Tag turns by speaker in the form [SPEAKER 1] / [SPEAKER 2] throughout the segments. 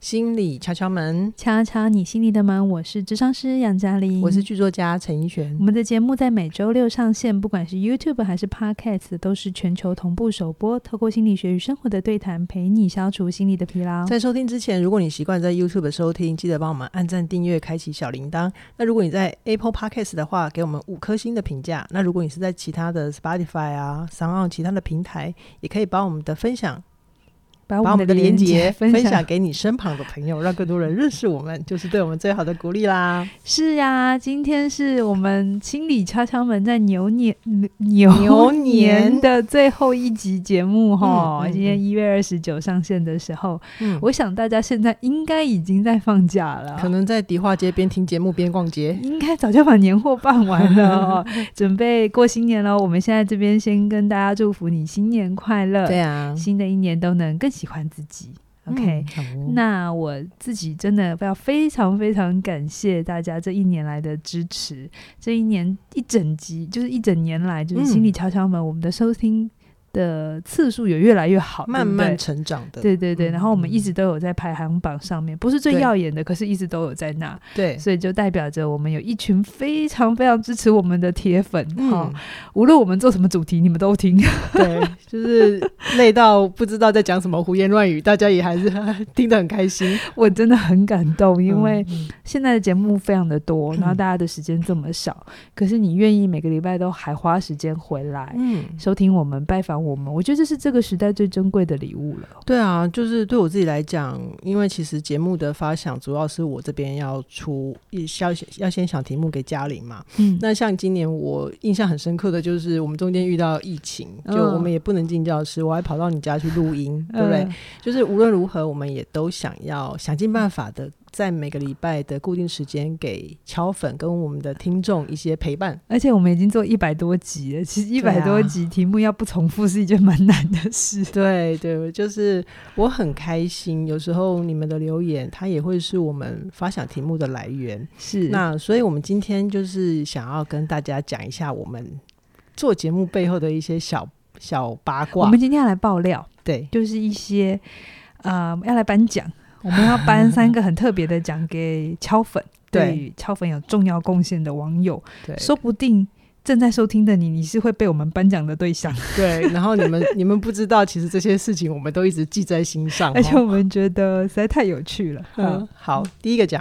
[SPEAKER 1] 心理敲敲门，
[SPEAKER 2] 敲敲你心里的门，我是智商师杨嘉玲，
[SPEAKER 1] 我是剧作家陈怡璇
[SPEAKER 2] 我。们的节目在每周六上线，不管是 YouTube 还是 Podcast，都是全球同步首播。透过心理学与生活的对谈，陪你消除心理的疲劳。
[SPEAKER 1] 在收听之前，如果你习惯在 YouTube 收听，记得帮我们按赞、订阅、开启小铃铛。那如果你在 Apple Podcast 的话，给我们五颗星的评价。那如果你是在其他的 Spotify 啊、三澳其他的平台，也可以把我们的分享
[SPEAKER 2] 把我
[SPEAKER 1] 把我们的连
[SPEAKER 2] 连
[SPEAKER 1] 接
[SPEAKER 2] 分
[SPEAKER 1] 分享给你身旁的朋友，让更多人认识我们，就是对我们最好的鼓励啦。
[SPEAKER 2] 是呀、今天是我们心理敲敲门在牛年牛
[SPEAKER 1] 牛年
[SPEAKER 2] 年的最后一集节目哈、
[SPEAKER 1] 嗯嗯
[SPEAKER 2] 今天一月二十九上线的时候，
[SPEAKER 1] 嗯，
[SPEAKER 2] 我想大家现在应该已经在放假了，
[SPEAKER 1] 可能在迪化街边听节目边逛街。
[SPEAKER 2] 应该早就把年货办完了 哦，准备过新年了。我们现在这边先跟大家祝福你新年快乐，
[SPEAKER 1] 对啊
[SPEAKER 2] 新的一年都能更喜欢自己。OK，、
[SPEAKER 1] 嗯好哦
[SPEAKER 2] 那我自己真的要非常非常感谢大家这一年来的支持，这一年一整集就是一整年来，就是
[SPEAKER 1] 嗯
[SPEAKER 2] 心理敲敲门，我们的收听的次数有越来越好，
[SPEAKER 1] 慢慢
[SPEAKER 2] 对不对
[SPEAKER 1] 成长的，
[SPEAKER 2] 对对对，然后我们一
[SPEAKER 1] 嗯
[SPEAKER 2] 直都有在排行榜上面，不是最
[SPEAKER 1] 对
[SPEAKER 2] 耀眼的，可是一直都有在那，
[SPEAKER 1] 对，
[SPEAKER 2] 所以就代表着我们有一群非常非常支持我们的铁粉哈、
[SPEAKER 1] 嗯，
[SPEAKER 2] 无论我们做什么主题，你们都听。
[SPEAKER 1] 对， 就是累到不知道在讲什么胡言乱语，大家也还是 听得很开 心，
[SPEAKER 2] 我真的很感动，因为
[SPEAKER 1] 嗯
[SPEAKER 2] 现在的节目非常的多，然后大家的时间这么少，可是你愿意每个礼拜都还花时间回来。
[SPEAKER 1] 嗯，
[SPEAKER 2] 收听我们，拜访我们，我觉得这是这个时代最珍贵的礼物了。
[SPEAKER 1] 对啊，就是对我自己来讲，因为其实节目的发想主要是我这边要出，也是要要先想题目给嘉玲嘛。
[SPEAKER 2] 嗯，
[SPEAKER 1] 那像今年我印象很深刻的就是我们中间遇到疫情，就
[SPEAKER 2] 嗯
[SPEAKER 1] 我们也不能进教室，我还跑到你家去录音，对不对？
[SPEAKER 2] 呃？
[SPEAKER 1] 就是无论如何，我们也都想要想尽办法的，在每个礼拜的固定时间给敲粉跟我们的听众一些陪伴。
[SPEAKER 2] 而且我们已经做一百多集了，其实一
[SPEAKER 1] 对
[SPEAKER 2] 百
[SPEAKER 1] 啊
[SPEAKER 2] 多集题目要不重复是一件蛮难的事。
[SPEAKER 1] 对对，就是我很开心。有时候你们的留言，它也会是我们发想题目的来源。
[SPEAKER 2] 是
[SPEAKER 1] 那所以，我们今天就是想要跟大家讲一下我们做节目背后的一些小小八
[SPEAKER 2] 我
[SPEAKER 1] 卦
[SPEAKER 2] 们。今天要来爆料，
[SPEAKER 1] 对，
[SPEAKER 2] 就是一些呃要来颁奖，我们要颁三个很特别的奖给敲粉，
[SPEAKER 1] 对
[SPEAKER 2] 对于敲粉有重要贡献的网友，
[SPEAKER 1] 对
[SPEAKER 2] 说不定。正在收听的你，你是会被我们颁奖的对象，
[SPEAKER 1] 对。然后你们你们不知道，其实这些事情我们都一直记在心上、哦。
[SPEAKER 2] 而且我们觉得实在太有趣了。
[SPEAKER 1] 嗯
[SPEAKER 2] 嗯，，
[SPEAKER 1] 好，第一个奖，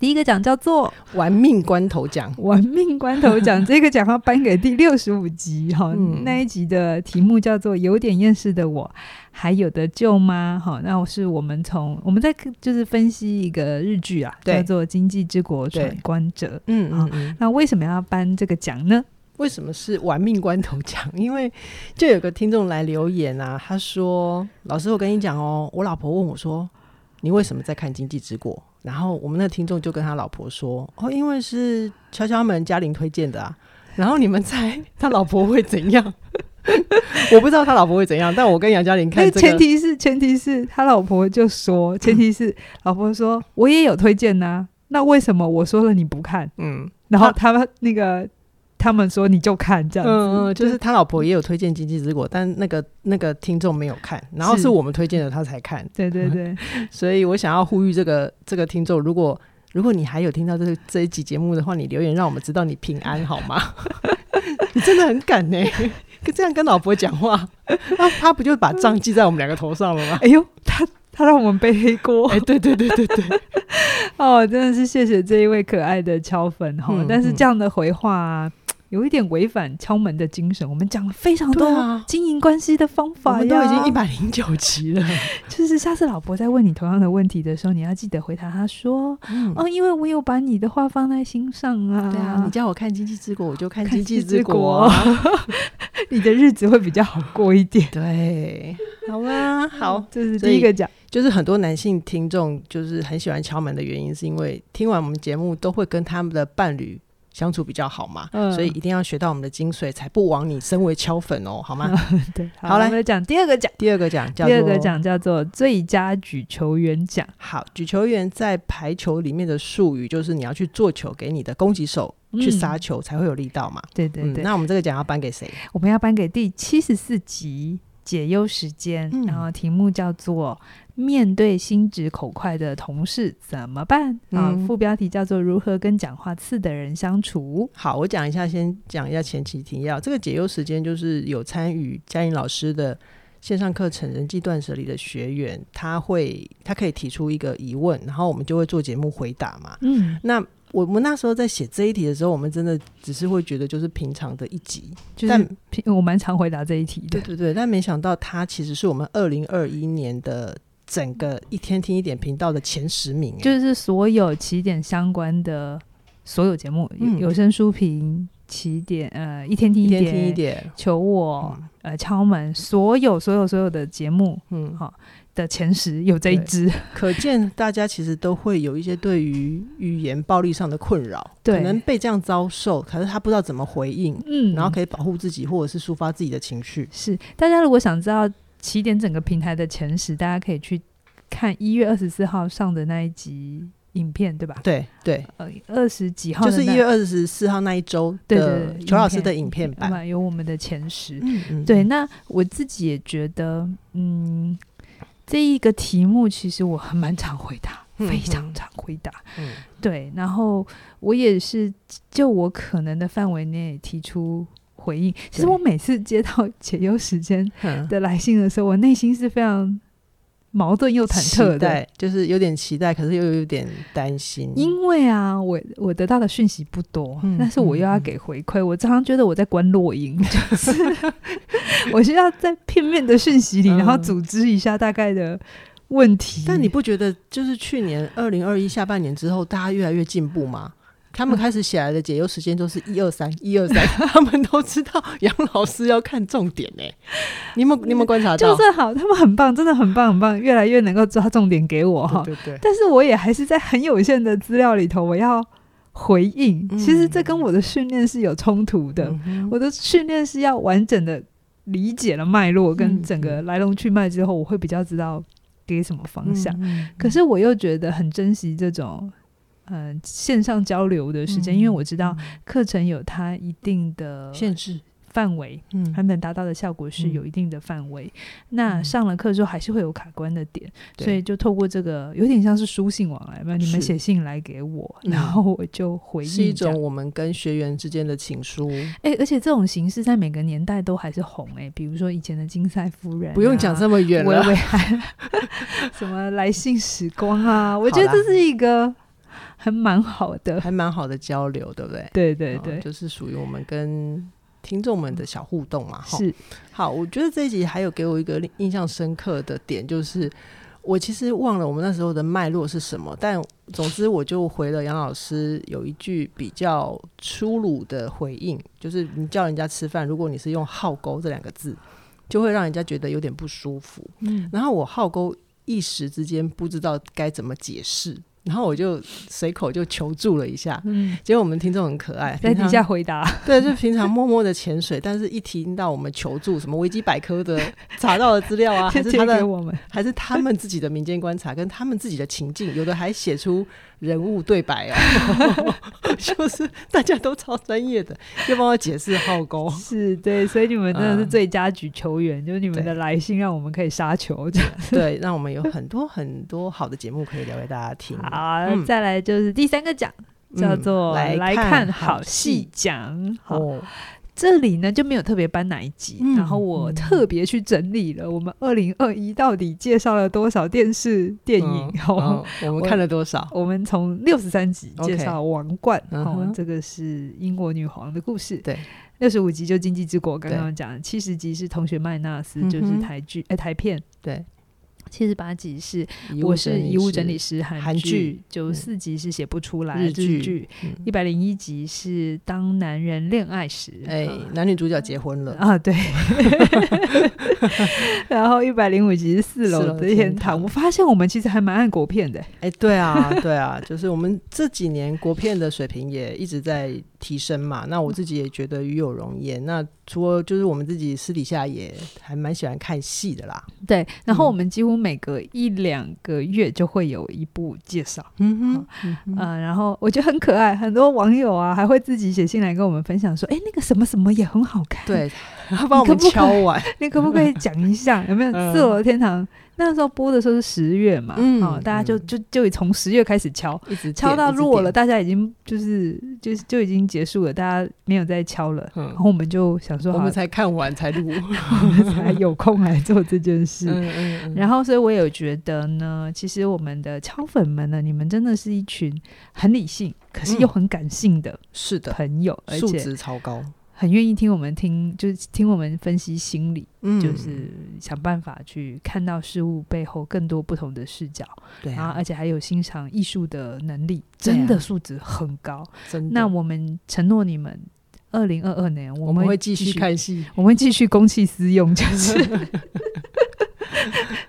[SPEAKER 2] 第一个奖叫做
[SPEAKER 1] 玩命关头
[SPEAKER 2] “
[SPEAKER 1] 奖。
[SPEAKER 2] 玩命关头 奖”，这个奖要颁给第六十五集哈、
[SPEAKER 1] 嗯
[SPEAKER 2] 那一集的题目叫做“有点厌世的我还有得救吗？”哈，那是我们从我们在就是分析一个日剧啊，
[SPEAKER 1] 对
[SPEAKER 2] 叫做《经济之国闯关者》。
[SPEAKER 1] 嗯
[SPEAKER 2] 嗯
[SPEAKER 1] 嗯，
[SPEAKER 2] 那为什么要颁这个奖呢？
[SPEAKER 1] 为什么是玩命关头奖？因为就有个听众来留言啊，他说：“老师，我跟你讲哦，我老婆问我说，你为什么在看《经济之国》？”然后我们那个听众就跟他老婆说：“哦，因为是敲敲门嘉玲推荐的啊。” 然后你们猜他老婆会怎样？ 我不知道他老婆会怎样，但我跟杨嘉玲看
[SPEAKER 2] 那
[SPEAKER 1] 这
[SPEAKER 2] 前
[SPEAKER 1] 个，
[SPEAKER 2] 提是，前提是他老婆就说，前提是老婆说我也有推荐呐、那为什么我说了你不看？
[SPEAKER 1] 嗯
[SPEAKER 2] 然后他们那个他们说你就看这样子，
[SPEAKER 1] 嗯嗯，就是他老婆也有推荐《经济之国》，但那个那个听众没有看，然后
[SPEAKER 2] 是
[SPEAKER 1] 是我们推荐的他才看，
[SPEAKER 2] 对对对，
[SPEAKER 1] 所以我想要呼吁这个这个听众，如果如果你还有听到这这一集节目的话，你留言让我们知道你平安好吗？ 你真的很敢呢、跟这样跟老婆讲话，那他不就把账记在我们两个头上了吗？
[SPEAKER 2] 哎呦，他他让我们背黑锅、
[SPEAKER 1] 哎、对对对对对，
[SPEAKER 2] 哦，真的是谢谢这一位可爱的敲粉哈、
[SPEAKER 1] 嗯
[SPEAKER 2] 但是这样的回话、啊。有一点违反敲门的精神，我们讲了非常
[SPEAKER 1] 对
[SPEAKER 2] 多
[SPEAKER 1] 啊
[SPEAKER 2] 经营关系的方
[SPEAKER 1] 我
[SPEAKER 2] 法呀，
[SPEAKER 1] 们都已经一百零九集了，
[SPEAKER 2] 就是下次老婆在问你同样的问题的时候，你要记得回答她说：“
[SPEAKER 1] 嗯
[SPEAKER 2] 哦，因为我有把你的话放在心上啊。”
[SPEAKER 1] 对 啊，你叫我看《经济之国》，我就看《
[SPEAKER 2] 看
[SPEAKER 1] 经济之
[SPEAKER 2] 经济之
[SPEAKER 1] 国
[SPEAKER 2] 国》你的日子会比较好过一点。嗯
[SPEAKER 1] 对， 好啦，好，
[SPEAKER 2] 这是
[SPEAKER 1] 所
[SPEAKER 2] 第
[SPEAKER 1] 以
[SPEAKER 2] 一个讲。
[SPEAKER 1] 就是很多男性听众就是很喜欢敲门的原因，是因为听完我们节目都会跟他们的伴侣相处比较好嘛，
[SPEAKER 2] 嗯
[SPEAKER 1] 所以一定要学到我们的精髓，才不枉你身为敲粉哦，好吗？
[SPEAKER 2] 对，
[SPEAKER 1] 好来
[SPEAKER 2] 我们来讲第二个奖。
[SPEAKER 1] 第二个奖叫
[SPEAKER 2] 嗯第
[SPEAKER 1] 做
[SPEAKER 2] 二个奖叫做最佳举球员奖。
[SPEAKER 1] 好，举球员在排球里面的术语就是你要去做球给你的攻击手。去杀
[SPEAKER 2] 嗯
[SPEAKER 1] 球才会有力道嘛。
[SPEAKER 2] 对对对，
[SPEAKER 1] 嗯，那我们这个奖要颁给谁？
[SPEAKER 2] 我们要颁给第七十四集解忧时间，
[SPEAKER 1] 嗯
[SPEAKER 2] 然后题目叫做《面对心直口快的同事怎么办？啊、
[SPEAKER 1] 嗯
[SPEAKER 2] 副标题叫做“如何跟讲话刺的人相处
[SPEAKER 1] 好，我讲一下，先讲一下前期提要。这个解忧时间就是有参与嘉颖老师的线上课程《人际断舍离》的学员，他会他可以提出一个疑问，然后我们就会做节目回答嘛”。。
[SPEAKER 2] 嗯，
[SPEAKER 1] 那我们那时候在写这一题的时候，我们真的只是会觉得就是平常的一集，
[SPEAKER 2] 就是
[SPEAKER 1] 但
[SPEAKER 2] 平我蛮常回答这一题的
[SPEAKER 1] 嗯对。对对，但没想到它其实是我们二零二一年的整个一天听一点频道的前十名、哎
[SPEAKER 2] 就是所有起点相关的所有节目，有
[SPEAKER 1] 嗯
[SPEAKER 2] 有声书评、起点，呃，一天听
[SPEAKER 1] 一
[SPEAKER 2] 点，
[SPEAKER 1] 天听一点，哦
[SPEAKER 2] 求我，呃，敲门，所有所有所有的节目
[SPEAKER 1] 嗯，
[SPEAKER 2] 的前十有这一支，
[SPEAKER 1] 可见大家其实都会有一些对于语言暴力上的困扰，
[SPEAKER 2] 对
[SPEAKER 1] 可能被这样遭受，可是他不知道怎么回应，
[SPEAKER 2] 嗯，
[SPEAKER 1] 然后可以保护自己，或者是抒发自己的情绪。
[SPEAKER 2] 是大家如果想知道起点整个平台的前十，大家可以去看一月二十四号上的那一集影片，对吧？
[SPEAKER 1] 对对，
[SPEAKER 2] 呃，二十几号
[SPEAKER 1] 就
[SPEAKER 2] 的
[SPEAKER 1] 是
[SPEAKER 2] 那
[SPEAKER 1] 一月二十四号那一周
[SPEAKER 2] 对
[SPEAKER 1] 的
[SPEAKER 2] 对对
[SPEAKER 1] 裘老师的影片版。
[SPEAKER 2] 嘛，有我们的前十，
[SPEAKER 1] 嗯嗯
[SPEAKER 2] 对，那我自己也觉得，嗯，这一个题目其实我很蛮常回答，
[SPEAKER 1] 嗯
[SPEAKER 2] 非常
[SPEAKER 1] 嗯
[SPEAKER 2] 常回答。
[SPEAKER 1] 嗯
[SPEAKER 2] 对，然后我也是就我可能的范围内提出回应。其实
[SPEAKER 1] 对
[SPEAKER 2] 我每次接到解忧时间
[SPEAKER 1] 哼
[SPEAKER 2] 的来信的时候，我内心是非常矛盾又忐忑
[SPEAKER 1] 期
[SPEAKER 2] 的。
[SPEAKER 1] 待，就是有点期待，可是又有点担心。
[SPEAKER 2] 因为啊，我我得到的讯息不多，
[SPEAKER 1] 嗯
[SPEAKER 2] 但是我又要给回馈。我常常觉得我在关落音，就是我需要在片面的讯息里，然后
[SPEAKER 1] 嗯
[SPEAKER 2] 组织一下大概的问题。
[SPEAKER 1] 但你不觉得就是去年二零二一下半年之后，大家越来越进步吗？他
[SPEAKER 2] 嗯
[SPEAKER 1] 们开始写来的解忧时间都是一二三一二三， 他们都知道杨老师要看重点呢、你有没有你有没有观察到？
[SPEAKER 2] 就是好，他们很棒，真的很棒，很棒，越来越能够抓重点给我哈。
[SPEAKER 1] 对 对对，
[SPEAKER 2] 但是我也还是在很有限的资料里头，我要回应。
[SPEAKER 1] 嗯
[SPEAKER 2] 其实这跟我的训练是有冲突的。
[SPEAKER 1] 嗯哼
[SPEAKER 2] 我的训练是要完整的理解了脉络跟
[SPEAKER 1] 嗯
[SPEAKER 2] 整个来龙去脉之后，我会比较知道给什么方向。
[SPEAKER 1] 嗯嗯
[SPEAKER 2] 可是我又觉得很珍惜这种嗯、呃线上交流的时间，
[SPEAKER 1] 嗯
[SPEAKER 2] 因为我知道课程有它一定的
[SPEAKER 1] 限制，
[SPEAKER 2] 范围。
[SPEAKER 1] 嗯
[SPEAKER 2] 它能达到的效果是
[SPEAKER 1] 嗯
[SPEAKER 2] 有一定的范围，那
[SPEAKER 1] 嗯
[SPEAKER 2] 上了课之后还是会有卡关的点，
[SPEAKER 1] 对
[SPEAKER 2] 所以就透过这个有点像是书信往来嘛，你们
[SPEAKER 1] 是
[SPEAKER 2] 写信来给我，
[SPEAKER 1] 嗯
[SPEAKER 2] 然后我就回
[SPEAKER 1] 是一
[SPEAKER 2] 应这样。
[SPEAKER 1] 种我们跟学员之间的情书，
[SPEAKER 2] 哎、而且这种形式在每个年代都还是红哎、比如说以前的金赛夫人、啊
[SPEAKER 1] 不用讲
[SPEAKER 2] 么
[SPEAKER 1] 这么远
[SPEAKER 2] 维
[SPEAKER 1] 了。
[SPEAKER 2] 维 安，什么来信时光啊，我觉得
[SPEAKER 1] 好
[SPEAKER 2] 这
[SPEAKER 1] 啦
[SPEAKER 2] 是一个还蛮好的，
[SPEAKER 1] 还蛮好的交流，对不对？
[SPEAKER 2] 对对
[SPEAKER 1] 哦
[SPEAKER 2] 对，
[SPEAKER 1] 就是属于我们跟听众们的小互动嘛。哈。
[SPEAKER 2] 是
[SPEAKER 1] 好，我觉得这一集还有给我一个令印象深刻的点，就是我其实忘了我们那时候的脉络是什么，但总之我就回了杨老师有一句比较粗鲁的回应，就是你叫人家吃饭，如果你是用“好勾”这两个字，就会让人家觉得有点不舒服。
[SPEAKER 2] 嗯
[SPEAKER 1] 然后我“好勾”一时之间不知道该怎么解释，然后我就随口就求助了一下。
[SPEAKER 2] 嗯，
[SPEAKER 1] 结果我们听众很可爱，
[SPEAKER 2] 在
[SPEAKER 1] 平
[SPEAKER 2] 底
[SPEAKER 1] 常啊
[SPEAKER 2] 下回答，
[SPEAKER 1] 对，就平常默默的潜水， 但是一听到我们求助，什么维基百科的查到的资料 啊，还
[SPEAKER 2] 先
[SPEAKER 1] 是
[SPEAKER 2] 贴
[SPEAKER 1] 他
[SPEAKER 2] 给
[SPEAKER 1] 的，
[SPEAKER 2] 我们，
[SPEAKER 1] 还是他们自己的民间观察，跟他们自己的情境，有的还写出人物对白哦， 就是大家都超专业的，要帮我解释后 宫。
[SPEAKER 2] 是对，所以你们真的是
[SPEAKER 1] 嗯
[SPEAKER 2] 最佳举球员，就是你们
[SPEAKER 1] 对
[SPEAKER 2] 的来信让我们可以杀球。这样
[SPEAKER 1] 对，让我们有很多很多好的节目可以聊给大家听。
[SPEAKER 2] 好，
[SPEAKER 1] 嗯
[SPEAKER 2] 再来就是第三个奖，叫做
[SPEAKER 1] 来
[SPEAKER 2] 来
[SPEAKER 1] 看
[SPEAKER 2] 看好
[SPEAKER 1] 好
[SPEAKER 2] 戏
[SPEAKER 1] 戏
[SPEAKER 2] 奖。好，
[SPEAKER 1] 哦，
[SPEAKER 2] 这里呢就没有特别搬哪一集，
[SPEAKER 1] 嗯
[SPEAKER 2] 然后我
[SPEAKER 1] 嗯
[SPEAKER 2] 特别去整理了我们二零二一到底介绍了多少电视电影
[SPEAKER 1] 嗯。
[SPEAKER 2] 哦
[SPEAKER 1] 嗯我们看了多少？
[SPEAKER 2] 我们从六十三集
[SPEAKER 1] OK
[SPEAKER 2] 介绍《王冠》
[SPEAKER 1] 嗯
[SPEAKER 2] 哦
[SPEAKER 1] 哼，
[SPEAKER 2] 这个是英国女皇的故事。
[SPEAKER 1] 对，
[SPEAKER 2] 六十五集就《经济之国》，刚
[SPEAKER 1] 对
[SPEAKER 2] 刚讲；七十集是《同学麦纳斯》，就是
[SPEAKER 1] 嗯哼
[SPEAKER 2] 台剧哎、台片；
[SPEAKER 1] 对，
[SPEAKER 2] 七十八集是
[SPEAKER 1] 遗
[SPEAKER 2] 我
[SPEAKER 1] 物
[SPEAKER 2] 是遗物整理师韩
[SPEAKER 1] 韩
[SPEAKER 2] 剧
[SPEAKER 1] 剧，嗯
[SPEAKER 2] 九四集是写不出来
[SPEAKER 1] 日
[SPEAKER 2] 剧，
[SPEAKER 1] 剧
[SPEAKER 2] 剧
[SPEAKER 1] 嗯
[SPEAKER 2] 一百零一集是当男人恋爱时，
[SPEAKER 1] 哎
[SPEAKER 2] 啊，
[SPEAKER 1] 男女主角结婚了，
[SPEAKER 2] 啊，对， 然后一百零五集是四
[SPEAKER 1] 四
[SPEAKER 2] 楼
[SPEAKER 1] 楼
[SPEAKER 2] 的
[SPEAKER 1] 天
[SPEAKER 2] 天
[SPEAKER 1] 堂
[SPEAKER 2] 堂。我发现我们其实还蛮爱国片的，
[SPEAKER 1] 哎、对啊，对啊，就是我们这几年国片的水平也一直在提升嘛。那我自己也觉得与有荣焉。那除了就是我们自己私底下也还蛮喜欢看戏的啦。
[SPEAKER 2] 对。然后
[SPEAKER 1] 嗯
[SPEAKER 2] 我们几乎每隔一两个月就会有一部介绍，
[SPEAKER 1] 嗯哼
[SPEAKER 2] 啊，然后我觉得很可爱，很多网友啊还会自己写信来跟我们分享说，哎，那个什么什么也很好看，
[SPEAKER 1] 对，他帮我们
[SPEAKER 2] 可不可
[SPEAKER 1] 敲完，
[SPEAKER 2] 你可不可以讲一下有没有
[SPEAKER 1] 嗯
[SPEAKER 2] 《四楼的天堂》那时候播的时候是十月嘛，
[SPEAKER 1] 嗯
[SPEAKER 2] 哦，大家就
[SPEAKER 1] 嗯
[SPEAKER 2] 就就从十月开始敲，
[SPEAKER 1] 一直
[SPEAKER 2] 敲
[SPEAKER 1] 点
[SPEAKER 2] 到落了，，
[SPEAKER 1] 一直点
[SPEAKER 2] 大家已经就是就是就已经结束了，大家没有再敲了，
[SPEAKER 1] 嗯
[SPEAKER 2] 然后我们就想说
[SPEAKER 1] 我
[SPEAKER 2] 好，
[SPEAKER 1] 们才看完才 录。
[SPEAKER 2] 我们才有空来做这件事。
[SPEAKER 1] 嗯
[SPEAKER 2] 然后，所以我有觉得呢，其实我们的敲粉们呢，你们真的是一群很理性，可是又
[SPEAKER 1] 嗯
[SPEAKER 2] 很感性的
[SPEAKER 1] 是的，
[SPEAKER 2] 朋友，而
[SPEAKER 1] 数
[SPEAKER 2] 且
[SPEAKER 1] 值超高，
[SPEAKER 2] 很愿意听我们听，就是听我们分析心理，
[SPEAKER 1] 嗯
[SPEAKER 2] 就是想办法去看到事物背后更多不同的视角，
[SPEAKER 1] 对
[SPEAKER 2] 然后
[SPEAKER 1] 啊，
[SPEAKER 2] 而且还有欣赏艺术的能力，
[SPEAKER 1] 对啊
[SPEAKER 2] 真的素质很高。
[SPEAKER 1] 真的。
[SPEAKER 2] 那我们承诺你们，二零二二年我
[SPEAKER 1] 我们
[SPEAKER 2] 会
[SPEAKER 1] 会继续 看戏，
[SPEAKER 2] 我们继续公器私用，就是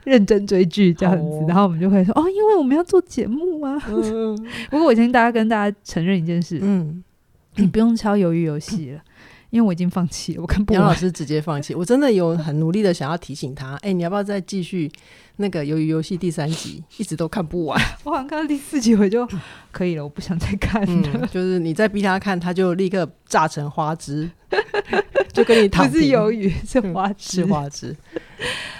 [SPEAKER 2] 认真追剧这样子，
[SPEAKER 1] 好哦
[SPEAKER 2] 然后我们就会说哦，因为我们要做节目啊。
[SPEAKER 1] 嗯
[SPEAKER 2] 不过我先大家跟大家承认一件事，
[SPEAKER 1] 嗯，
[SPEAKER 2] 你不用敲鱿鱼游戏了，因为我已经放弃了，我看不
[SPEAKER 1] 杨老
[SPEAKER 2] 完。
[SPEAKER 1] 师直接放弃。我真的有很努力的想要提醒他，哎、你要不要再继续那个《鱿鱼游戏》第 三集，一直都看不完。
[SPEAKER 2] 我好像看到第四集我就可以了，我不想再看
[SPEAKER 1] 嗯
[SPEAKER 2] 了。，
[SPEAKER 1] 就是你再逼他看，他就立刻炸成花枝， 就跟你
[SPEAKER 2] 不
[SPEAKER 1] 躺
[SPEAKER 2] 是
[SPEAKER 1] 平嗯
[SPEAKER 2] 鱿鱼，是花
[SPEAKER 1] 是
[SPEAKER 2] 枝。
[SPEAKER 1] 花枝。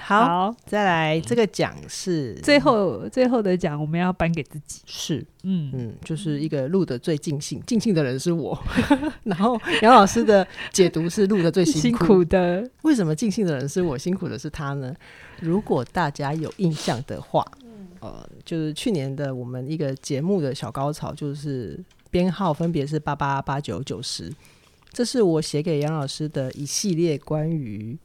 [SPEAKER 1] 好，
[SPEAKER 2] 好，
[SPEAKER 1] 再来这个奖是
[SPEAKER 2] 最后最后的奖我们要颁给自己。
[SPEAKER 1] 是
[SPEAKER 2] 嗯，
[SPEAKER 1] 嗯，就是一个录的最尽兴，尽兴的人是我。 然后杨老师的解读是录的最辛
[SPEAKER 2] 辛苦的
[SPEAKER 1] 为什么尽兴的人是我，辛苦的是他呢？如果大家有印象的话，
[SPEAKER 2] 嗯
[SPEAKER 1] 呃，就是去年的我们一个节目的小高潮，就是编号分别是八八八九九十，这是我写给杨老师的一系列关于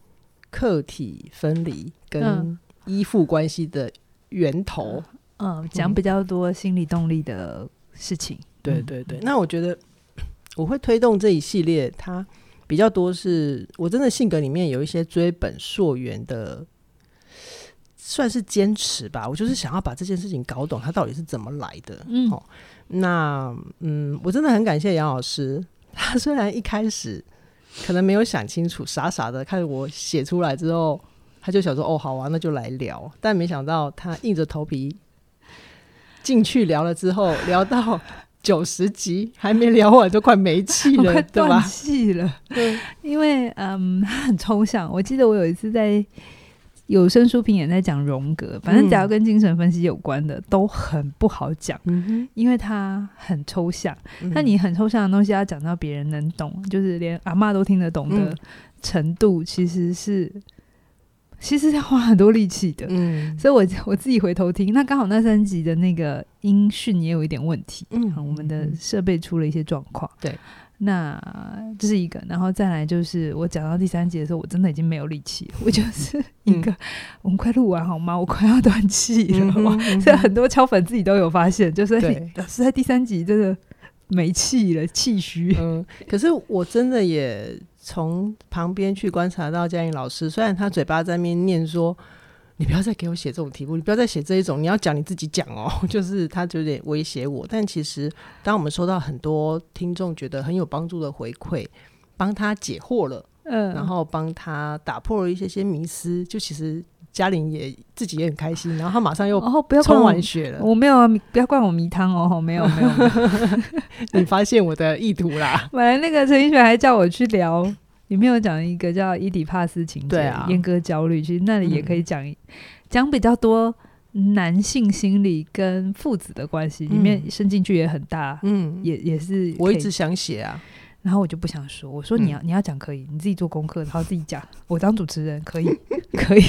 [SPEAKER 1] 客体分离跟
[SPEAKER 2] 嗯
[SPEAKER 1] 依附关系的源头。
[SPEAKER 2] 嗯，讲
[SPEAKER 1] 嗯
[SPEAKER 2] 比较多心理动力的事情。
[SPEAKER 1] 对
[SPEAKER 2] 嗯
[SPEAKER 1] 对对，那我觉得 我会推动这一系列，它比较多是我真的性格里面有一些追本溯源的，算是坚持吧。我就是想要把这件事情搞懂，它到底是怎么来的。
[SPEAKER 2] 嗯
[SPEAKER 1] 哦，那嗯，我真的很感谢杨老师，他虽然一开始可能没有想清楚，傻傻的看我写出来之后。他就想说：“哦，好啊，那就来聊。”但没想到他硬着头皮进去聊了之后，聊到九十集还没聊完，都快没气
[SPEAKER 2] 我
[SPEAKER 1] 了
[SPEAKER 2] 快，
[SPEAKER 1] 对
[SPEAKER 2] 断
[SPEAKER 1] 吧？
[SPEAKER 2] 气了，
[SPEAKER 1] 对
[SPEAKER 2] 因为嗯， 他很抽象。我记得我有一次在有声书评也在讲荣格，反正只要跟精神分析有关的、都很不好讲，
[SPEAKER 1] 嗯
[SPEAKER 2] 因为它很抽象。
[SPEAKER 1] 哼
[SPEAKER 2] 那、你很抽象的东西要讲到别人能懂，就是连阿嬷都听得懂的
[SPEAKER 1] 嗯
[SPEAKER 2] 程度，其实是其实要花很多力气的。
[SPEAKER 1] 嗯
[SPEAKER 2] 所以我，我自己回头听，那刚好那三集的那个音讯也有一点问题，
[SPEAKER 1] 嗯
[SPEAKER 2] 啊，我们的设备出了一些状况。
[SPEAKER 1] 对，
[SPEAKER 2] 那这是一个，然后再来就是我讲到第三节的时候，我真的已经没有力气了，我就是
[SPEAKER 1] 嗯
[SPEAKER 2] 一个，我们快录完好吗？我快要断气了。哇 所以很多敲粉自己都有发现，就是
[SPEAKER 1] 嗯对
[SPEAKER 2] 你老师在第三集真的没气了，气虚。
[SPEAKER 1] 嗯，可是我真的也从旁边去观察到嘉颖老师，虽然他嘴巴在那边念说。你不要再给我写这种题目，你不要再写这一种，你要讲你自己讲哦。 就是他就有点威胁我，但其实当我们收到很多听众觉得很有帮助的回馈，帮他解惑了，
[SPEAKER 2] 嗯，
[SPEAKER 1] 然后帮他打破了一些些迷思，就其实嘉玲也自己也很开心，然后他马上又
[SPEAKER 2] 哦，不要灌
[SPEAKER 1] 冲
[SPEAKER 2] 我
[SPEAKER 1] 完，血了，
[SPEAKER 2] 我没有啊，不要灌我迷汤哦，没有没有。没有
[SPEAKER 1] 你发现我的意图 啦。
[SPEAKER 2] 本来那个陈奕迅还叫我去聊，里面有讲一个叫伊底帕斯情节
[SPEAKER 1] 对、啊嗯
[SPEAKER 2] 阉割焦虑，其实那里也可以讲一讲、比较多男性心理跟父子的关系，里面
[SPEAKER 1] 嗯
[SPEAKER 2] 伸进去也很大，
[SPEAKER 1] 嗯，
[SPEAKER 2] 也也是可以
[SPEAKER 1] 我一直嗯想写啊，
[SPEAKER 2] 然后我就不想说，我说你要、你要讲可以，你自己做功课，然后自己讲，我当主持人可以 可以，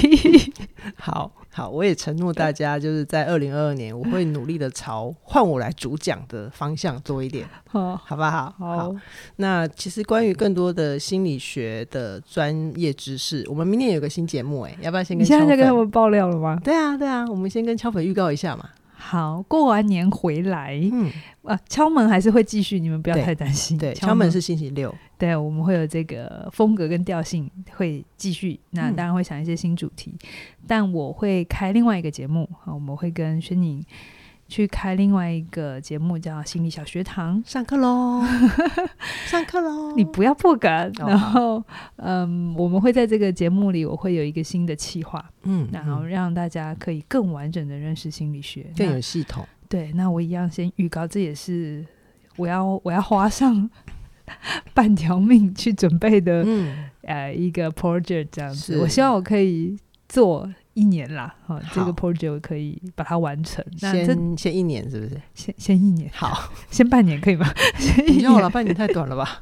[SPEAKER 1] 好好，我也承诺大家，就是在二零二二年，我会努力 的朝换我来主讲的方向做一点，
[SPEAKER 2] 好。
[SPEAKER 1] 好不好？
[SPEAKER 2] 好，
[SPEAKER 1] 那其实关于更多的心理学的专业知识，我们明年有个新节目、哎，要不要先
[SPEAKER 2] 你
[SPEAKER 1] 跟
[SPEAKER 2] 现在在
[SPEAKER 1] 敲
[SPEAKER 2] 跟他
[SPEAKER 1] 粉
[SPEAKER 2] 们爆料了吗？
[SPEAKER 1] 对啊，对啊，我们先跟敲粉预告一下嘛。
[SPEAKER 2] 好，过完年回来，
[SPEAKER 1] 嗯，
[SPEAKER 2] 呃，敲门还是会继续，你们不要
[SPEAKER 1] 对
[SPEAKER 2] 太担心。
[SPEAKER 1] 对，敲门是星期六。
[SPEAKER 2] 对，我们会有这个风格跟调性会继续。那
[SPEAKER 1] 嗯
[SPEAKER 2] 当然会想一些新主题，但我会开另外一个节目啊，我们会跟轩宁去开另外一个节目，叫心理小学堂。
[SPEAKER 1] 上课喽， 上课喽！
[SPEAKER 2] 你不要破梗，
[SPEAKER 1] 哦
[SPEAKER 2] 然
[SPEAKER 1] 好
[SPEAKER 2] 后，嗯，我们会在这个节目里，我会有一个新的企划，
[SPEAKER 1] 嗯
[SPEAKER 2] 然后让大家可以更完整的认识心理学。
[SPEAKER 1] 更
[SPEAKER 2] 那
[SPEAKER 1] 有系统，
[SPEAKER 2] 对，那我一样先预告，这也是我要我要花上半条命去准备的
[SPEAKER 1] 嗯，
[SPEAKER 2] 呃一个 project 这样子。
[SPEAKER 1] 是
[SPEAKER 2] 我希望我可以做一年啦，哈、这
[SPEAKER 1] 好
[SPEAKER 2] 个 project 我可以把它完成。那这
[SPEAKER 1] 先先一年是不是？
[SPEAKER 2] 先先一年，
[SPEAKER 1] 好，
[SPEAKER 2] 先半年可以吗？ 先一
[SPEAKER 1] 不
[SPEAKER 2] 年
[SPEAKER 1] 用了，半年太短了吧？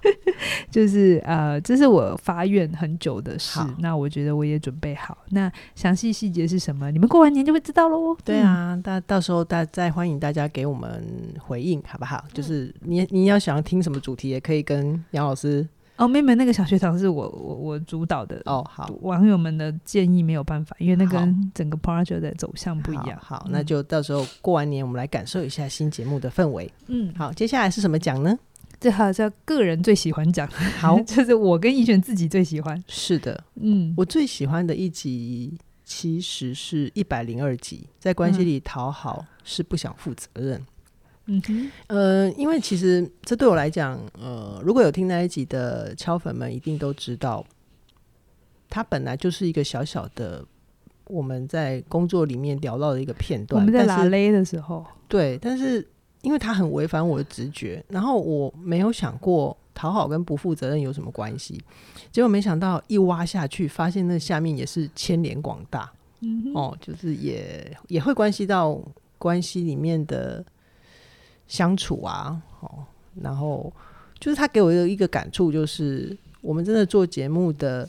[SPEAKER 2] 就是呃，这是我发愿很久的事
[SPEAKER 1] 好。
[SPEAKER 2] 那我觉得我也准备好。那详细细节是什么？你们过完年就会知道嗯喽。
[SPEAKER 1] 对啊，大到时候大再欢迎大家给我们回应，好不好？
[SPEAKER 2] 嗯
[SPEAKER 1] 就是你你要想要听什么主题，也可以跟杨老师
[SPEAKER 2] 嗯、哦，妹妹那个小学堂是我我我主导的。
[SPEAKER 1] 哦。好，
[SPEAKER 2] 网友们的建议没有办法，因为那
[SPEAKER 1] 好
[SPEAKER 2] 跟整个 project 的走向不一样。
[SPEAKER 1] 好，好
[SPEAKER 2] 嗯
[SPEAKER 1] 那就到时候过完年，我们来感受一下新节目的氛围。
[SPEAKER 2] 嗯，
[SPEAKER 1] 好，接下来是什么 奖呢？
[SPEAKER 2] 这好像个人最喜欢讲，
[SPEAKER 1] 好
[SPEAKER 2] 就是我跟逸璇自己最喜欢。
[SPEAKER 1] 是的，
[SPEAKER 2] 嗯，
[SPEAKER 1] 我最喜欢的一集其实是一百零二集，在关系里讨好是不想负责任。
[SPEAKER 2] 嗯哼，
[SPEAKER 1] 呃，因为其实这对我来讲，呃，如果有听那一集的敲粉们，一定都知道，它本来就是一个小小的我们在工作里面聊到的一个片
[SPEAKER 2] 我
[SPEAKER 1] 段，
[SPEAKER 2] 们在
[SPEAKER 1] 但
[SPEAKER 2] 拉
[SPEAKER 1] 是
[SPEAKER 2] 勒的时候，
[SPEAKER 1] 对，但是因为它很违反我的直觉，然后我没有想过讨好跟不负责任有什么关系，结果没想到一挖下去，发现那下面也是牵连广大
[SPEAKER 2] 嗯哼，
[SPEAKER 1] 哦，就是也也会关系到关系里面的相处啊，哦，然后就是他给我的一个感触就是，我们真的做节目的。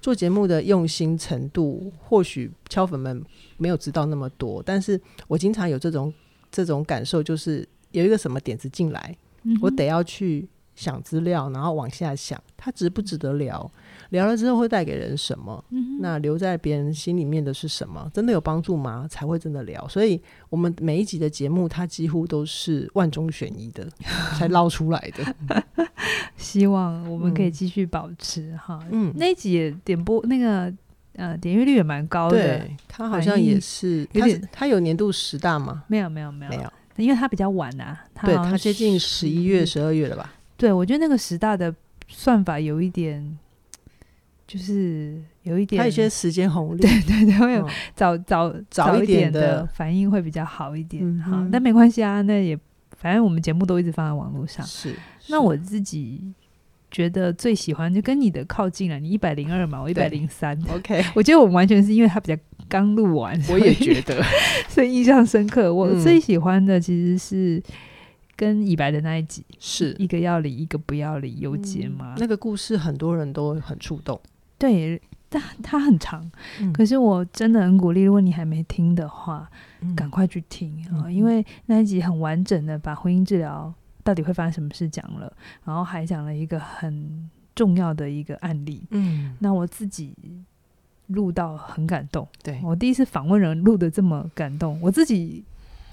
[SPEAKER 1] 做节目的用心程度，或许敲粉们没有知道那么多，但是我经常有这种这种感受，就是有一个什么点子进来，
[SPEAKER 2] 嗯哼
[SPEAKER 1] 我得要去想资料，然后往下想，它值不值得聊，聊了之后会带给人什么，
[SPEAKER 2] 嗯哼
[SPEAKER 1] 那留在别人心里面的是什么，真的有帮助吗？才会真的聊。所以我们每一集的节目，它几乎都是万中选一的才捞出来 的。
[SPEAKER 2] 希望我们可以
[SPEAKER 1] 嗯
[SPEAKER 2] 继续保持、哈。
[SPEAKER 1] 嗯
[SPEAKER 2] 那一集也点播那个呃点阅率也蛮高的，
[SPEAKER 1] 对，它好像也是，
[SPEAKER 2] 有
[SPEAKER 1] 它是
[SPEAKER 2] 点
[SPEAKER 1] 它有年度十大吗？
[SPEAKER 2] 没有没有没有
[SPEAKER 1] 没有，
[SPEAKER 2] 因为它比较晚啊，它
[SPEAKER 1] 对，
[SPEAKER 2] 好像嗯
[SPEAKER 1] 它接近十一月、十二月了吧？
[SPEAKER 2] 对，我觉得那个十大的算法有一点，就是有一点，
[SPEAKER 1] 它有些时间红利，嗯对
[SPEAKER 2] 对对，会有早早
[SPEAKER 1] 早一
[SPEAKER 2] 一
[SPEAKER 1] 点的
[SPEAKER 2] 的反应会比较好一点
[SPEAKER 1] 嗯
[SPEAKER 2] 哈、
[SPEAKER 1] 哼
[SPEAKER 2] 但没关系啊，那也反正我们节目都一直放在网络上。
[SPEAKER 1] 是。
[SPEAKER 2] 那我自己觉得最喜欢就跟你的靠近了，你一百零二嘛，我一百零三，
[SPEAKER 1] OK，
[SPEAKER 2] 我觉得我们完全是因为它比较刚录完，
[SPEAKER 1] 我也觉得
[SPEAKER 2] 所以印象深刻。我
[SPEAKER 1] 嗯
[SPEAKER 2] 最喜欢的其实是跟以白的那一集，
[SPEAKER 1] 是嗯
[SPEAKER 2] 一个要理，一个不要理，有结嘛。
[SPEAKER 1] 那个故事，很多人都很触动。
[SPEAKER 2] 对，但它很长，
[SPEAKER 1] 嗯
[SPEAKER 2] 可是我真的很鼓励，如果你还没听的话，
[SPEAKER 1] 嗯
[SPEAKER 2] 赶快去听啊、
[SPEAKER 1] 嗯
[SPEAKER 2] 因为那一集很完整的把婚姻治疗到底会发生什么事讲了，然后还讲了一个很重要的一个案例。
[SPEAKER 1] 嗯，
[SPEAKER 2] 那我自己录到很感动。
[SPEAKER 1] 对，
[SPEAKER 2] 我第一次访问人录的这么感动，我自己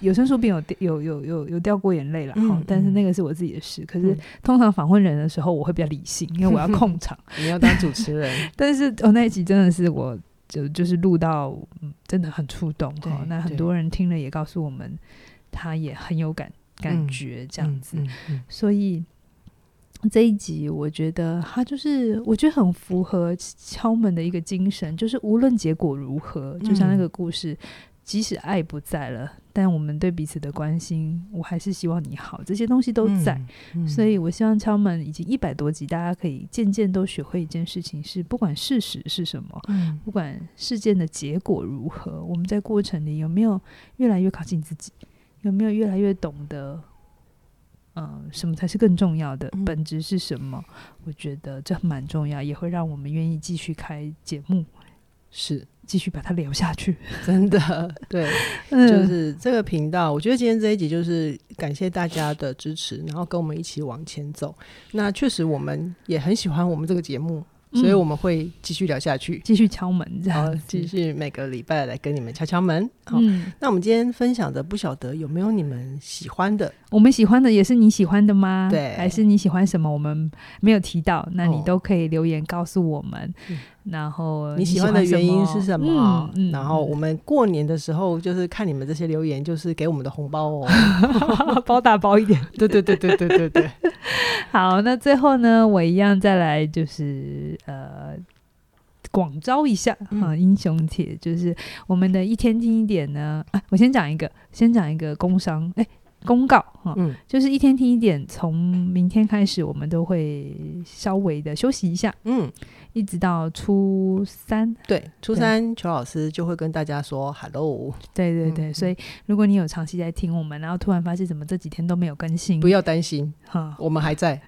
[SPEAKER 2] 有声书病有掉有有有有掉过眼泪啦，
[SPEAKER 1] 嗯
[SPEAKER 2] 哈、
[SPEAKER 1] 嗯
[SPEAKER 2] 但是那个是我自己的事。可是
[SPEAKER 1] 嗯
[SPEAKER 2] 通常访问人的时候，我会比较理性，因为我要控 场。
[SPEAKER 1] 你要当主持人，
[SPEAKER 2] 但是我、哦、那一集真的是我就就是录到，嗯，真的很触动
[SPEAKER 1] 对
[SPEAKER 2] 哈、那很
[SPEAKER 1] 对
[SPEAKER 2] 多人听了也告诉我们，他也很有感感
[SPEAKER 1] 嗯
[SPEAKER 2] 觉 这样子。
[SPEAKER 1] 嗯，嗯
[SPEAKER 2] 所以这一集我觉得它就是我觉得很符合敲门的一个精神，就是无论结果如何，就
[SPEAKER 1] 嗯
[SPEAKER 2] 像那个故事，即使爱不在了，但我们对彼此的关心，我还是希望你好，这些东西都在。，
[SPEAKER 1] 嗯
[SPEAKER 2] 所以，我希望敲门已经一百多集，大家可以渐渐都学会一件事情是，不管事实是什么，
[SPEAKER 1] 嗯
[SPEAKER 2] 不管事件的结果如何，我们在过程里有没有越来越靠近自己，有没有越来越懂得，嗯、什么才是更重要的，
[SPEAKER 1] 嗯
[SPEAKER 2] 本质是什么？我觉得这蛮重要，也会让我们愿意继续开节目，
[SPEAKER 1] 是
[SPEAKER 2] 继续把它聊下去。
[SPEAKER 1] 真 的，对，
[SPEAKER 2] 嗯
[SPEAKER 1] 就是这个频道，我觉得今天这一集就是感谢大家的支持，然后跟我们一起往前走。那确实，我们也很喜欢我们这个节目，所以
[SPEAKER 2] 嗯
[SPEAKER 1] 我们会继续聊下去，
[SPEAKER 2] 继续敲门，这
[SPEAKER 1] 然
[SPEAKER 2] 样
[SPEAKER 1] 后
[SPEAKER 2] 子
[SPEAKER 1] 哦继续每个礼拜来跟你们敲敲门。好，
[SPEAKER 2] 嗯，
[SPEAKER 1] 那我们今天分享的，不晓得有没有你们喜欢的？
[SPEAKER 2] 我们喜欢的也是你喜欢的吗？
[SPEAKER 1] 对
[SPEAKER 2] 还是你喜欢什么我们没有提到？那你
[SPEAKER 1] 哦
[SPEAKER 2] 都可以留言告诉我们。
[SPEAKER 1] 嗯
[SPEAKER 2] 然后
[SPEAKER 1] 你喜欢的原因是什么？
[SPEAKER 2] 嗯嗯
[SPEAKER 1] 然后我们过年的时候，就是看你们这些留言，就是给我们的红包哦。
[SPEAKER 2] 包大包一点。
[SPEAKER 1] 对对对对对对对，
[SPEAKER 2] 好，那最后呢，我一样再来就是呃。广招一下
[SPEAKER 1] 嗯
[SPEAKER 2] 啊，英雄帖就是我们的一天听一点呢。啊、我先讲一个，先讲一个工商，哎、公告哈、
[SPEAKER 1] 嗯
[SPEAKER 2] 就是一天听一点，从明天开始我们都会稍微的休息一下，
[SPEAKER 1] 嗯，
[SPEAKER 2] 一直到初三。
[SPEAKER 1] 对，初
[SPEAKER 2] 对
[SPEAKER 1] 三裘老师就会跟大家说 “hello”，
[SPEAKER 2] 对对
[SPEAKER 1] 嗯
[SPEAKER 2] 对，
[SPEAKER 1] 嗯
[SPEAKER 2] 所以如果你有长期在听我们，然后突然发现怎么这几天都没有更新，
[SPEAKER 1] 不要担心，
[SPEAKER 2] 哈、
[SPEAKER 1] 我们还在，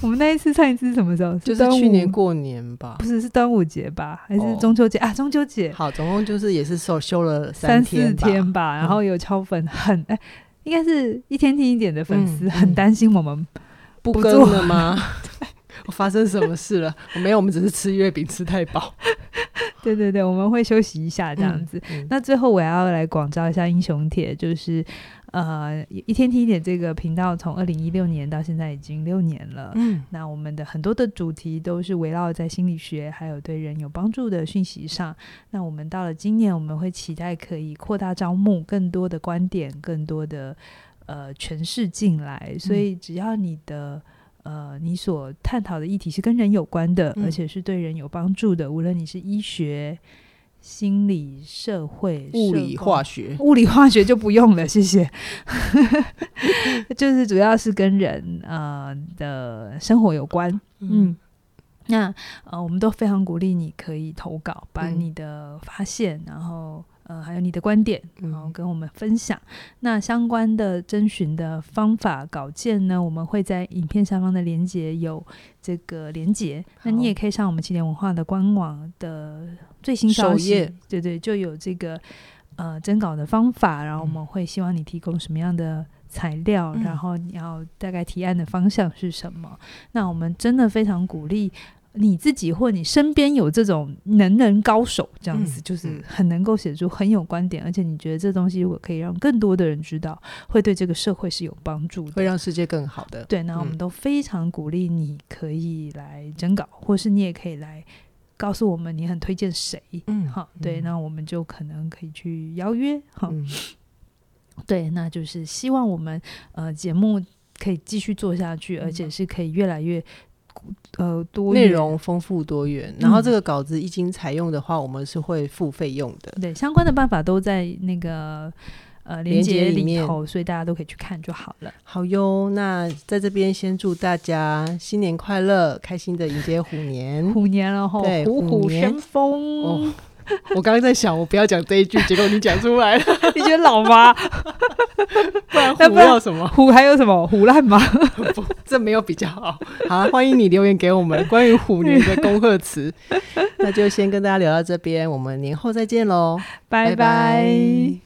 [SPEAKER 2] 我们那一次上一次是什么时候？
[SPEAKER 1] 就是
[SPEAKER 2] 端午
[SPEAKER 1] 去年过年吧
[SPEAKER 2] 不。是是端午节吧，还
[SPEAKER 1] 哦
[SPEAKER 2] 是中秋节、啊？中秋节
[SPEAKER 1] 好，总共就是也是休休了
[SPEAKER 2] 三四
[SPEAKER 1] 天吧，嗯
[SPEAKER 2] 天吧，然后有超粉很哎。应该是一天听一点的粉丝、
[SPEAKER 1] 嗯
[SPEAKER 2] 很担心我们
[SPEAKER 1] 不
[SPEAKER 2] 不
[SPEAKER 1] 更
[SPEAKER 2] 做
[SPEAKER 1] 了 吗？ 我发生什么事了？我没有，我们只是吃月饼吃太饱，
[SPEAKER 2] 对对对，我们会休息一下这样子。
[SPEAKER 1] 嗯。
[SPEAKER 2] 那最后我要来广招一下英雄帖，就是呃，一天听一点这个频道从二零一六年到现在已经六年了。
[SPEAKER 1] 嗯
[SPEAKER 2] 那我们的很多的主题都是围绕在心理学还有对人有帮助的讯息上。那我们到了今年，我们会期待可以扩大招募更多的观点，更多的呃诠释进来。所以
[SPEAKER 1] 嗯
[SPEAKER 2] 只要你的呃你所探讨的议题是跟人有关的，
[SPEAKER 1] 嗯
[SPEAKER 2] 而且是对人有帮助的，无论你是医学、心理、社会、
[SPEAKER 1] 物
[SPEAKER 2] 社
[SPEAKER 1] 理
[SPEAKER 2] 工
[SPEAKER 1] 化学，
[SPEAKER 2] 物理化学就不用了，谢谢。 就是主要是跟人呃的生活有关，嗯。那呃，我们都非常鼓励你可以投稿，把
[SPEAKER 1] 嗯
[SPEAKER 2] 你的发现，然后呃，还有你的观点，
[SPEAKER 1] 嗯
[SPEAKER 2] 然后跟我们分享。那相关的征询的方法稿件呢，我们会在影片下方的连接有这个连接。那
[SPEAKER 1] 好
[SPEAKER 2] 你也可以上我们起点文化的官网的最新消
[SPEAKER 1] 首
[SPEAKER 2] 息，
[SPEAKER 1] 页
[SPEAKER 2] 对对，就有这个呃征稿的方法，然后我们会希望你提供什么样的。材料，
[SPEAKER 1] 嗯
[SPEAKER 2] 然后你要大概提案的方向是什么？那我们真的非常鼓励你自己或你身边有这种能人高手，这样子、
[SPEAKER 1] 嗯
[SPEAKER 2] 就是
[SPEAKER 1] 嗯
[SPEAKER 2] 很能够写出很有观点，而且你觉得这东西如果可以让更多的人知道，会对这个社会是有帮助
[SPEAKER 1] 会
[SPEAKER 2] 的。
[SPEAKER 1] 让世界更好的。
[SPEAKER 2] 对，那我们都非常鼓励你可以来征稿，或是你也可以来告诉我们你很推荐谁。
[SPEAKER 1] 嗯
[SPEAKER 2] 好，对，那我们就可能可以去邀约。好，
[SPEAKER 1] 嗯
[SPEAKER 2] 对，那就是希望我们呃节目可以继续做下去，而且是可以越来越呃多
[SPEAKER 1] 嗯内
[SPEAKER 2] 元
[SPEAKER 1] 容丰富多元，然后这个稿子一经采用的话，我们是会付费用的。
[SPEAKER 2] 对，相关的办法都在那个呃
[SPEAKER 1] 连
[SPEAKER 2] 连
[SPEAKER 1] 结
[SPEAKER 2] 接
[SPEAKER 1] 里
[SPEAKER 2] 里
[SPEAKER 1] 面
[SPEAKER 2] 头，所以大家都可以去看就好了。
[SPEAKER 1] 好哟，那在这边先祝大家新年快乐，开心的迎接虎年。
[SPEAKER 2] 虎年了吼
[SPEAKER 1] 嗯对，
[SPEAKER 2] 虎
[SPEAKER 1] 虎
[SPEAKER 2] 虎
[SPEAKER 1] 年
[SPEAKER 2] 生风，
[SPEAKER 1] 哦， 我刚刚在想，我不要讲这一句，结果你讲出来了，
[SPEAKER 2] 你觉得老吗？
[SPEAKER 1] 不然虎
[SPEAKER 2] 那不然
[SPEAKER 1] 要什么？
[SPEAKER 2] 虎还有什么虎烂吗？
[SPEAKER 1] 不， 这没有比较好。好啦，欢迎你留言给我们关于虎年的恭贺 词。那就先跟大家聊到这边，我们年后再见喽，
[SPEAKER 2] 拜拜。